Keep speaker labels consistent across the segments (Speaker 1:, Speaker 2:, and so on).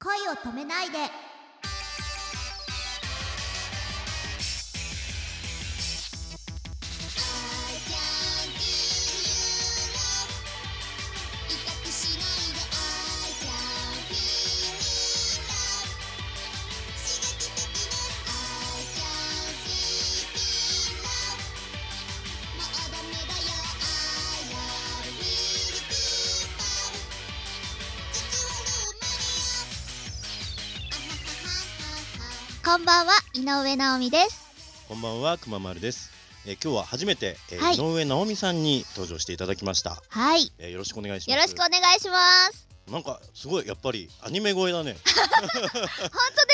Speaker 1: 恋を止めないでこんばんは井上直美です
Speaker 2: こんばんは、くままるです。えー今日は初めて、えー
Speaker 1: はい
Speaker 2: 井上直美さんに登場していただきました。
Speaker 1: はい
Speaker 2: えーよろしくお願いし
Speaker 1: よ
Speaker 2: ます。
Speaker 1: ろしくお願いします
Speaker 2: なんかすごいやっぱりアニメ声だね。
Speaker 1: 本当で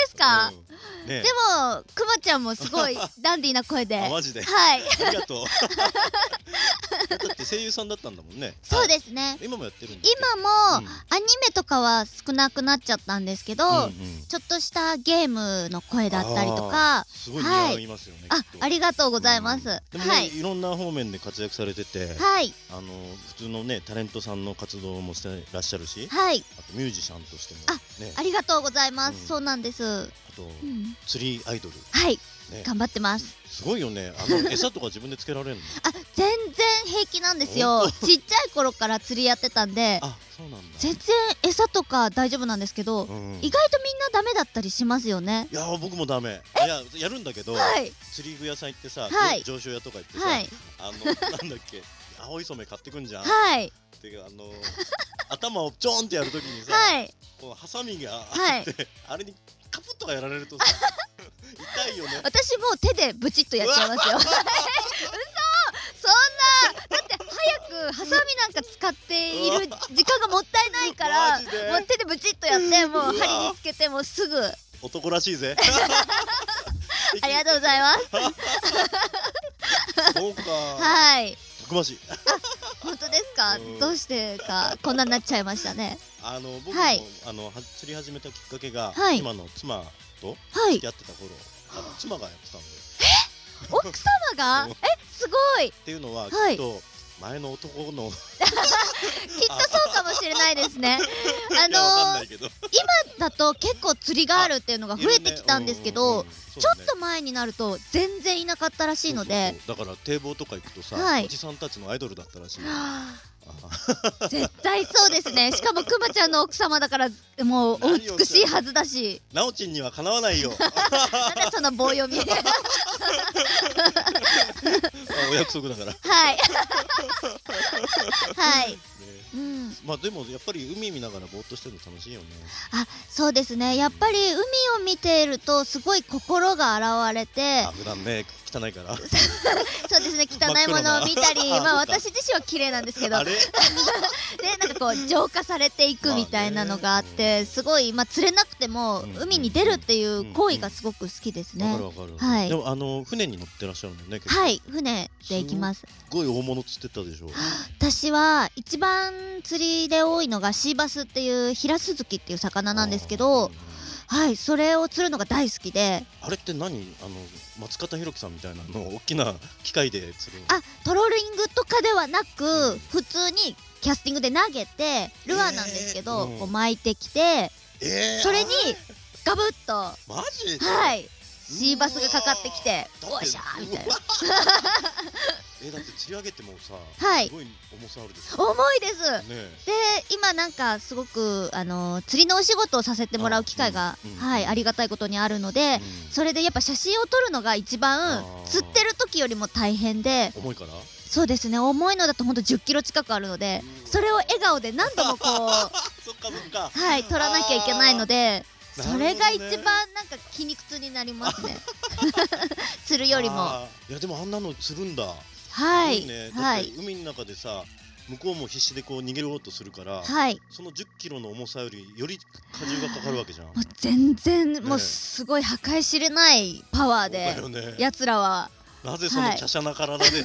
Speaker 1: すか、
Speaker 2: うんね
Speaker 1: でもくまちゃんもすご いダンディーな声で
Speaker 2: あ
Speaker 1: は
Speaker 2: マ
Speaker 1: い
Speaker 2: ジで。ありがとう。 だって声優さんだったんだもんね。
Speaker 1: そう
Speaker 2: す。
Speaker 1: ですね
Speaker 2: 今もやってるんだっけ。
Speaker 1: 今も、アニメとかは少なくなっちゃったんですけど、
Speaker 2: うんうんうん
Speaker 1: ちょっとしたゲームの声だったりとか
Speaker 2: すごい似合いますよね。
Speaker 1: あ
Speaker 2: きっと
Speaker 1: ありがとうございます、
Speaker 2: うんでもね
Speaker 1: はい
Speaker 2: いろんな方面で活躍されてて、
Speaker 1: はい
Speaker 2: あの普通のねタレントさんの活動もしてらっしゃるし、
Speaker 1: はい
Speaker 2: あとミュージシャンとしてもね、
Speaker 1: ありがとうございます、
Speaker 2: うん
Speaker 1: そうなんです、
Speaker 2: あと
Speaker 1: うん
Speaker 2: 釣りアイドル。
Speaker 1: はい、
Speaker 2: ね
Speaker 1: 頑張ってます
Speaker 2: すごいよね。あ の餌とか自分でつけられるの。
Speaker 1: あ全然平気なんですよ
Speaker 2: 本
Speaker 1: ちっちゃい頃から釣りやってたんで
Speaker 2: あ、そうなんだ。
Speaker 1: 全然餌とか大丈夫なんですけど、
Speaker 2: うん
Speaker 1: 意外とみんなダメだったりしますよね
Speaker 2: いや僕もダメ。いややるんだけど、
Speaker 1: はい
Speaker 2: 釣り具屋さん行ってさ、
Speaker 1: はい
Speaker 2: 上上昇屋とか行ってさ、
Speaker 1: はい
Speaker 2: あのなんだっけ、青い染め買ってくんじゃん。
Speaker 1: はい
Speaker 2: てかあの頭をちょんってやるときにさ、
Speaker 1: はい
Speaker 2: このハサミがあ
Speaker 1: はい
Speaker 2: って、 あれにカプッとかやられる とさ、痛いよね。
Speaker 1: 私もう手でブチッとやっちゃいますよ嘘そんなだって早くハサミなんか使っている時間がもったいないから
Speaker 2: マジ
Speaker 1: もう
Speaker 2: で
Speaker 1: 手でブチッとやってもう
Speaker 2: うわ
Speaker 1: 針につけてもうすぐあ
Speaker 2: 男らし いぜ。
Speaker 1: りがとうございます
Speaker 2: そうか。
Speaker 1: はい
Speaker 2: たくましい。
Speaker 1: 本当ですか
Speaker 2: うん
Speaker 1: どうしてかこんなになっちゃいましたね
Speaker 2: あの僕も、
Speaker 1: はい
Speaker 2: あのは釣り始めたきっかけが、
Speaker 1: はい
Speaker 2: 今の妻と
Speaker 1: はい
Speaker 2: やってた頃、あの妻がやってたんだよ。
Speaker 1: 奥様が
Speaker 2: うん
Speaker 1: えすごい
Speaker 2: っていうのは、
Speaker 1: はい
Speaker 2: きっと前の男の
Speaker 1: きっとそうかもしれないですねあ
Speaker 2: いや わかんな
Speaker 1: の
Speaker 2: いけど
Speaker 1: だと結構釣りがあるっていうのが増えてきたんですけど、
Speaker 2: いるね
Speaker 1: ちょっと前になると全然いなかったらしいので、
Speaker 2: うんうんそうだねそうそうそうだから堤防とか行くとさ、
Speaker 1: はい
Speaker 2: おじさんたちのアイドルだったらしいよ
Speaker 1: は
Speaker 2: あ
Speaker 1: あ絶対そうですねしかもくまちゃんの奥様だからもうお
Speaker 2: 何を
Speaker 1: 美しいはずだし
Speaker 2: なおちんにはかなわないよ
Speaker 1: なんでその棒読みはい
Speaker 2: お約束だから、ね、
Speaker 1: はい、うん、
Speaker 2: まあでもやっぱり海見ながらぼーっとしてるの楽しいよね
Speaker 1: あそうですねやっぱり海を見ているとすごい心が洗われて
Speaker 2: あ普段ね汚いから
Speaker 1: そうですね汚いものを見たり
Speaker 2: 真っ黒な
Speaker 1: まあ
Speaker 2: あそうか
Speaker 1: 私自身は綺麗なんですけど
Speaker 2: あれ
Speaker 1: でなんかこう浄化されていくみたいなのがあっ
Speaker 2: まあ
Speaker 1: て
Speaker 2: ね
Speaker 1: すごい、まあ、釣れなくても
Speaker 2: うん
Speaker 1: 海に出るっていう行為がすごく好きです
Speaker 2: わか
Speaker 1: ね
Speaker 2: る。わかる、
Speaker 1: はい
Speaker 2: でもあの船に乗ってらっしゃるのね結構
Speaker 1: はい船で行きます
Speaker 2: すごい大物釣ってたでしょ
Speaker 1: 私は一番釣りで多いのがシーバスっていうヒラスズキっていう魚なんですけ
Speaker 2: う
Speaker 1: ど
Speaker 2: ん
Speaker 1: はいそれを釣るのが大好きで
Speaker 2: あれって何あの松方弘樹さんみたいなの大きな機械で釣るの
Speaker 1: あトローリングとかではな
Speaker 2: う
Speaker 1: く
Speaker 2: ん
Speaker 1: 普通にキャスティングで投げてルアーなんですけど
Speaker 2: えーうん
Speaker 1: こう巻いてきて
Speaker 2: えー
Speaker 1: それに
Speaker 2: あ
Speaker 1: ガブ ッと
Speaker 2: マジで
Speaker 1: はいシーバスがかかってきて
Speaker 2: だって
Speaker 1: おっしゃーみたいうな
Speaker 2: わえだって釣り上げてもさ、
Speaker 1: はい
Speaker 2: すごい重さあるでしょ
Speaker 1: 重いです
Speaker 2: ねえ
Speaker 1: で今なんかすごくあの釣りのお仕事をさせてもらう機会が
Speaker 2: あうんうん
Speaker 1: はいありがたいことにあるので
Speaker 2: うん
Speaker 1: それでやっぱ写真を撮るのが一番
Speaker 2: あー
Speaker 1: 釣ってる時よりも大変で
Speaker 2: 重いから
Speaker 1: そうですね重いのだとほんと1 0キロ近くあるので
Speaker 2: うん
Speaker 1: それを笑顔で何度もこう
Speaker 2: そっかそっか
Speaker 1: はい撮らなきゃいけないので
Speaker 2: あー
Speaker 1: それが一
Speaker 2: なるほどね
Speaker 1: 番なんか筋肉痛になります ね釣るよりもは
Speaker 2: あーいやでもあんなの釣るんだ
Speaker 1: い
Speaker 2: すごねだ
Speaker 1: は
Speaker 2: って
Speaker 1: い
Speaker 2: 海の中でさ向こうも必死でこう逃げようとするから
Speaker 1: はい
Speaker 2: その10キロの重さよりより荷重がかかるわけじゃん
Speaker 1: もう全然
Speaker 2: え
Speaker 1: もうすごい破壊しれないパワー
Speaker 2: そうだ
Speaker 1: で
Speaker 2: よね
Speaker 1: やつらは
Speaker 2: なぜその
Speaker 1: はい
Speaker 2: 華奢な体 です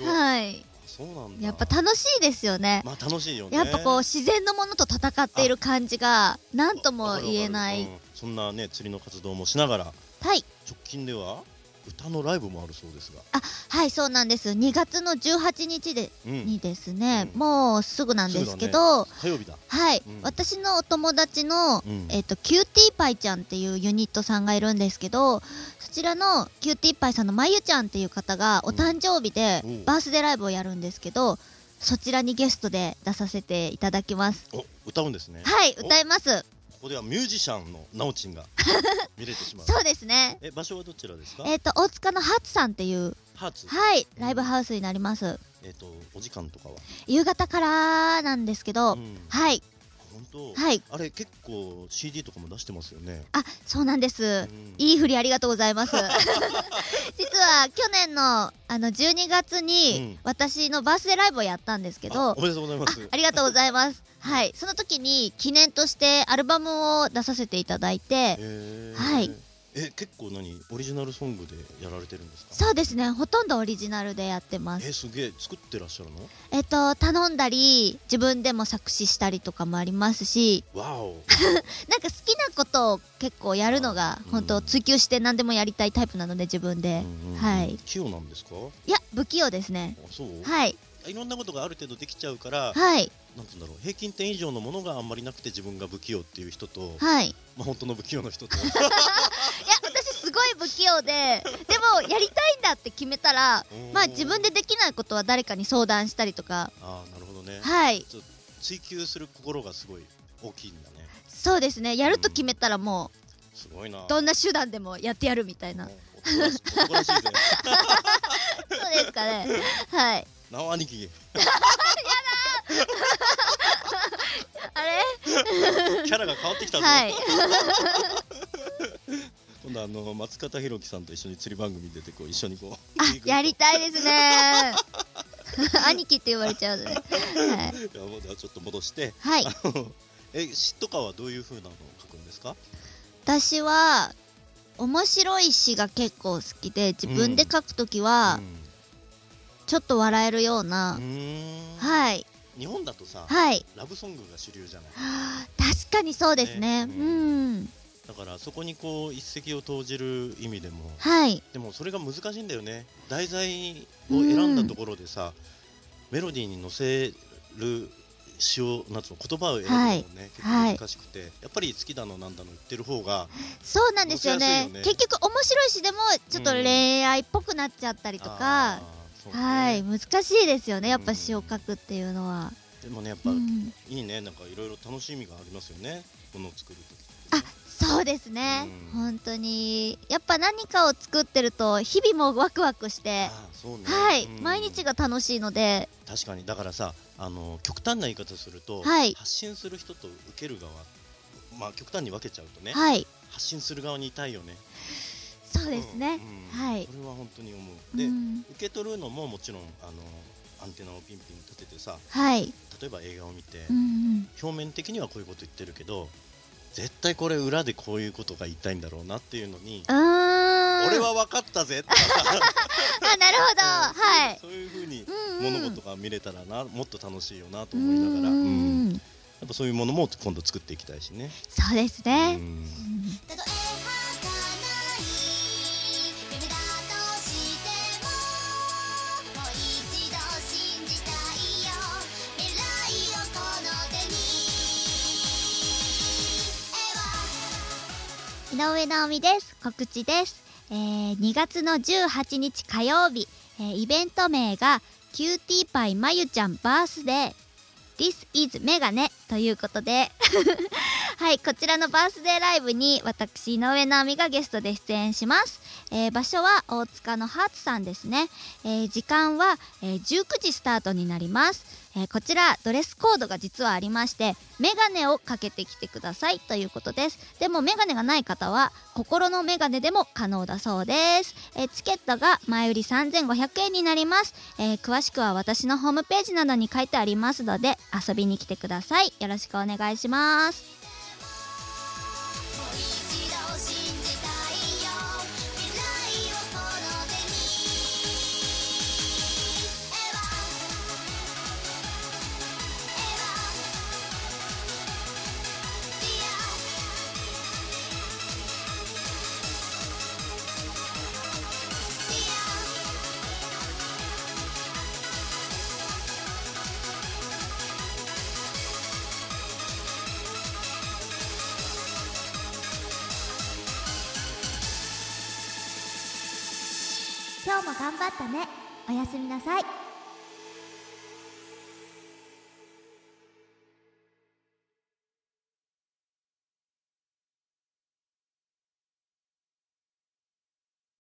Speaker 2: ごい
Speaker 1: はい
Speaker 2: そうなんだ
Speaker 1: やっぱ楽しいですよね
Speaker 2: まあ楽しいよね
Speaker 1: やっぱこう自然のものと戦っている感じが何とも言えな
Speaker 2: わ
Speaker 1: い
Speaker 2: かるわかるうんそんなね釣りの活動もしながら
Speaker 1: はい
Speaker 2: 直近では歌のライブもあるそうですが。
Speaker 1: はい、そうなんです。2月の18日で
Speaker 2: うん。
Speaker 1: にですね、
Speaker 2: うん
Speaker 1: もうすぐなんですけ
Speaker 2: すぐ
Speaker 1: ど、
Speaker 2: 火曜日だ。
Speaker 1: はい、
Speaker 2: うん
Speaker 1: 私のお友達の、
Speaker 2: うん
Speaker 1: えっと、キューティーパイちゃんっていうユニットさんがいるんですけど、そちらのキューティーパイさんのまゆちゃんっていう方がお誕生日で
Speaker 2: うん
Speaker 1: バースデーライブをやるんですけど、そちらにゲストで出させていただきます。
Speaker 2: お、歌うんですね。
Speaker 1: はい、
Speaker 2: お
Speaker 1: 歌います。
Speaker 2: ここではミュージシャンのなおち んが見れてしまう。
Speaker 1: そうですね。
Speaker 2: え、場所はどちらですか？
Speaker 1: えっと、大塚のハツさんっていう、
Speaker 2: ハーツ。
Speaker 1: はい、ライブハウスになります。
Speaker 2: えっとお時間とかは。
Speaker 1: 夕方からなんですけど、
Speaker 2: うん
Speaker 1: はい、
Speaker 2: 本当。
Speaker 1: はい、
Speaker 2: あれ結構 CD とかも出してますよね。
Speaker 1: あ、そうなんです。
Speaker 2: うん
Speaker 1: いい振りありがとうございます。実は去年のあの12月
Speaker 2: う
Speaker 1: に
Speaker 2: ん
Speaker 1: 私のバースデーライブをやったんですけど、
Speaker 2: あ
Speaker 1: あ
Speaker 2: おめでとうございます。
Speaker 1: ありがとうございます。はい、その時に記念としてアルバムを出させていただいて、
Speaker 2: へー
Speaker 1: はい。
Speaker 2: え、結構何オリジナルソングでやられてるんですか？
Speaker 1: そうですね、ほとんどオリジナルでやってます。
Speaker 2: え、すげえ作ってらっしゃるの？
Speaker 1: えっと頼んだり自分でも作詞したりとかもありますし、
Speaker 2: わお。
Speaker 1: なんか好きなことを結構やるのが
Speaker 2: うん
Speaker 1: 本当追求して何でもやりたいタイプなので自分で、
Speaker 2: うんうん
Speaker 1: はい。
Speaker 2: 器用なんですか？
Speaker 1: いや不器用ですね。
Speaker 2: あ、そう。
Speaker 1: はい
Speaker 2: いろんなことがある程度できちゃうから、
Speaker 1: はい
Speaker 2: なんて言うんだろう、平均点以上のものがあんまりなくて自分が不器用っていう人と、
Speaker 1: はい。
Speaker 2: まあ本当の不器用の人と、
Speaker 1: いや私すごい不器用ででもやりたいんだって決めたらまあ自分でできないことは誰かに相談したりとか
Speaker 2: ああなるほどね、
Speaker 1: はい
Speaker 2: 追求する心がすごい大きいんだね
Speaker 1: そうですねやると決めたらも
Speaker 2: すごいな
Speaker 1: うど
Speaker 2: ん
Speaker 1: んな手段でもやってやるみたいな
Speaker 2: 男らしい男らしいぜ
Speaker 1: そうですかねはい
Speaker 2: なお兄貴
Speaker 1: あれ
Speaker 2: キャラが変わってきたぞ、
Speaker 1: はい
Speaker 2: 今度あの松方弘樹さんと一緒に釣り番組出てこう一緒にこう
Speaker 1: あ
Speaker 2: 行く
Speaker 1: やりたいですね 兄貴って言われちゃうので、はい
Speaker 2: いやもうではちょっと戻して
Speaker 1: はい、
Speaker 2: あのえ詩とかはどういう風なのを書くんですか
Speaker 1: 私は面白い詩が結構好きで自分で書くときはちょっと笑えるよう
Speaker 2: うん
Speaker 1: な
Speaker 2: う、ーん
Speaker 1: はい
Speaker 2: 日本だとさ
Speaker 1: はい
Speaker 2: ラブソングが主流じゃない
Speaker 1: 確かにそうですね。
Speaker 2: ね
Speaker 1: う
Speaker 2: うん
Speaker 1: ん。
Speaker 2: だからそこにこう一石を投じる意味でも
Speaker 1: はい。
Speaker 2: でもそれが難しいんだよね題材を選んだところでさ、メロディーに乗せる詩をなんつうの言葉を選ぶのもね、
Speaker 1: はい
Speaker 2: 結構難しくて、やっぱり好きだのなんだの言ってる方が
Speaker 1: そうなんですよね。
Speaker 2: 面白いよね
Speaker 1: 結局面白いしでもちょっと恋愛っぽくなっちゃったりと
Speaker 2: あ
Speaker 1: か、
Speaker 2: ーそうね
Speaker 1: はい、難しいですよね。やっ
Speaker 2: う
Speaker 1: ぱ
Speaker 2: ん
Speaker 1: 詩を書くっていうのは。
Speaker 2: でもねやっ
Speaker 1: う
Speaker 2: ぱ、
Speaker 1: ん。
Speaker 2: いいねなんかいろいろ楽しみがありますよねものを作る時って
Speaker 1: あ、そうですね
Speaker 2: うん。
Speaker 1: 本当にやっぱ何かを作ってると日々もワクワクして。
Speaker 2: あーそうね
Speaker 1: はい、
Speaker 2: うん
Speaker 1: 毎日が楽しいので、
Speaker 2: 確かにだからさあの極端な言い方すると、
Speaker 1: はい
Speaker 2: 発信する人と受ける側まあ極端に分けちゃうとね、
Speaker 1: はい、
Speaker 2: 発信する側にいたいよね
Speaker 1: そうですね。
Speaker 2: うん
Speaker 1: はい
Speaker 2: それは本当に思う。
Speaker 1: う
Speaker 2: で、
Speaker 1: ん、
Speaker 2: 受け取るのももちろんあのアンテナをピンピン立ててさ、
Speaker 1: はい、
Speaker 2: 例えば映画を見て、
Speaker 1: うんうん、
Speaker 2: 表面的にはこういうこと言ってるけど、絶対これ裏でこういうことが言いたいんだろうなっていうのに、
Speaker 1: うーん、あ、
Speaker 2: 俺は分かったぜとかさ。
Speaker 1: なるほど、
Speaker 2: うん
Speaker 1: はい、
Speaker 2: そういう風に
Speaker 1: うんうん
Speaker 2: 物事が見れたらな、もっと楽しいよなと思いなが
Speaker 1: う
Speaker 2: ら、うん
Speaker 1: ん
Speaker 2: やっぱそういうものも今度作っていきたいしね。
Speaker 1: そうですね
Speaker 2: う。
Speaker 1: う
Speaker 2: ん
Speaker 1: ん
Speaker 3: たとえ儚い夢だとしてももう一度信じたいよ未来をこの手に絵は
Speaker 1: 井上直美です告知です、えー2月の18日火曜日、えーイベント名がキューティーパイまゆちゃんバースデー This is メガネということで はいこちらのバースデーライブに私井上直美がゲストで出演します、えー場所は大塚のハーツさんですね、えー時間は、えー19時スタートになります、えーこちらドレスコードが実はありましてメガネをかけてきてくださいということですでもメガネがない方は心のメガネでも可能だそうです、えーチケットが前売り3500円になります、えー詳しくは私のホームページなどに書いてありますので遊びに来てくださいよろしくお願いします
Speaker 3: もう一度信じたいよ未来をこの手に絵は絵は Dear 「
Speaker 1: 今日も頑張ったねおやすみなさい